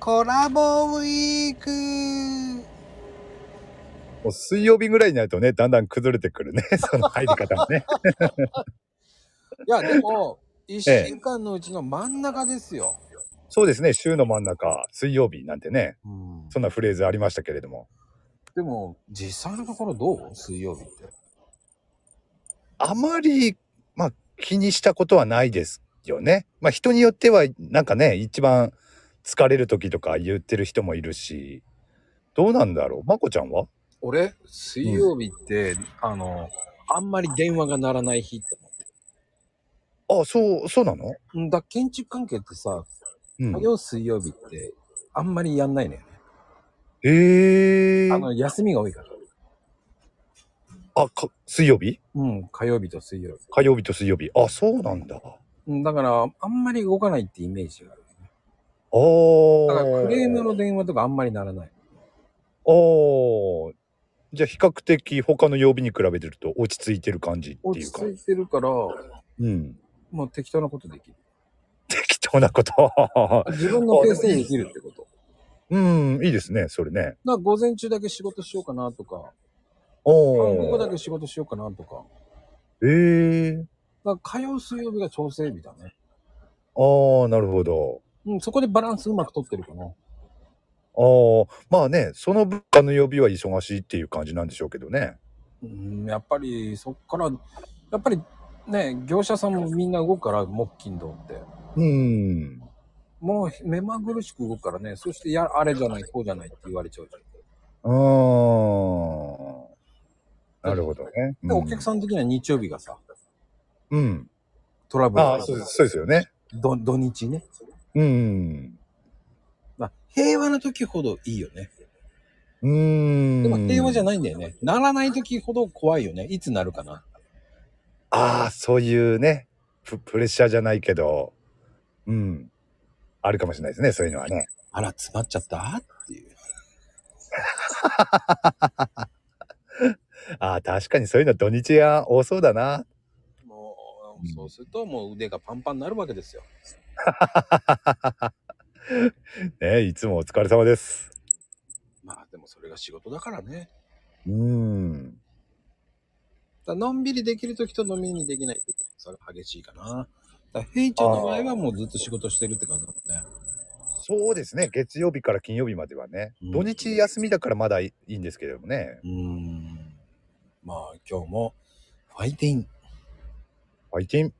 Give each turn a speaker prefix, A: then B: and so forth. A: コラボウィーク
B: もう水曜日ぐらいになるとね、だんだん崩れてくるね。 その入り方がね。
A: いや、で も、1
B: ええ
A: 週間のうちの真ん中ですよ。
B: そうですね。週の真ん中、水曜日なんてね、
A: うん
B: そんなフレーズありましたけれども。
A: でも、実際のところどう水曜日って。
B: あまり、まあ、気にしたことはないですよね。まあ、人によっては、なんかね、一番疲れる時とか言ってる人もいるし、どうなんだろうまこちゃんは
A: 俺、水曜日って、あの、あんまり電話が鳴らない日って思って
B: あ、そう、そうなの
A: る。うんだ、建築関係ってさ、
B: うん
A: 火。曜水曜日って、あんまりやんないのよね。
B: ええ
A: あの、休みが多いから。
B: あ、か、水曜日
A: うん、火曜日と水曜日。
B: 火曜日と水曜日。あ、そうなんだ。あ
A: うんだから、あんまり動かないってイメージがある。
B: ー。
A: だから、クレームの電話とかあんまり鳴らない。
B: あー。じゃあ、比較的他の曜日に比べてると落ち着いてる感じって
A: 落
B: い
A: ち
B: うか。
A: 着いてるから、
B: うん。
A: もう適当なことできる。
B: 適当なこと。
A: 自分のペースでできるって こと。
B: うん、いいですね、それね。
A: だから午前中だけ仕事しようかなとか、あ
B: お
A: 午後だ
B: ー。
A: け仕事しようかなとか。
B: えー。
A: だから火曜水曜日が調整日だね。
B: ああ、なるほど。
A: うん、そこでバランスうまく取ってるかな。
B: ああ、まあね、その物価の曜日は忙しいっていう感じなんでしょうけどね。
A: うん、やっぱりそこから、やっぱりね、業者さんもみんな動くから、木金土って。
B: うん。
A: もう目まぐるしく動くからね、そしてやあれじゃない、こうじゃないって言われちゃうじゃん。
B: あーなるほどね。
A: で、お客さん的には日曜日がさ、
B: うん。うん。
A: トラブル
B: ああ、そうですそうですよね。
A: ど土日ね。
B: うん。
A: まあ、平和な時ほどいいよね。
B: うーん。
A: でも平和じゃ
B: ない。
A: ないんだよね。ならない時ほど怖いよね。いつなるかな。
B: ああ、そういうねプ、プレッシャーじゃないけど、うん。あるかもしれないですね、そういうのはね。
A: あら、詰まっちゃったっていう。
B: ああ、確かにそういうの土日は多そうだな。
A: もう、そうするともう腕がパンパンになるわけですよ。
B: ねいつもお疲れ様です。
A: まあ、でもそれが仕事だからね。
B: うん。
A: だからのんびりできる時とのんびりできない時それが激しいかな。だから平ちゃんの場合はもうずっと仕事してるって感じだもんね。
B: そうですね月曜日から金曜日まではね、
A: うん
B: 土日休みだからまだいいいいんですけれどもね
A: うーんまあ今日もファイティン。
B: ファイティン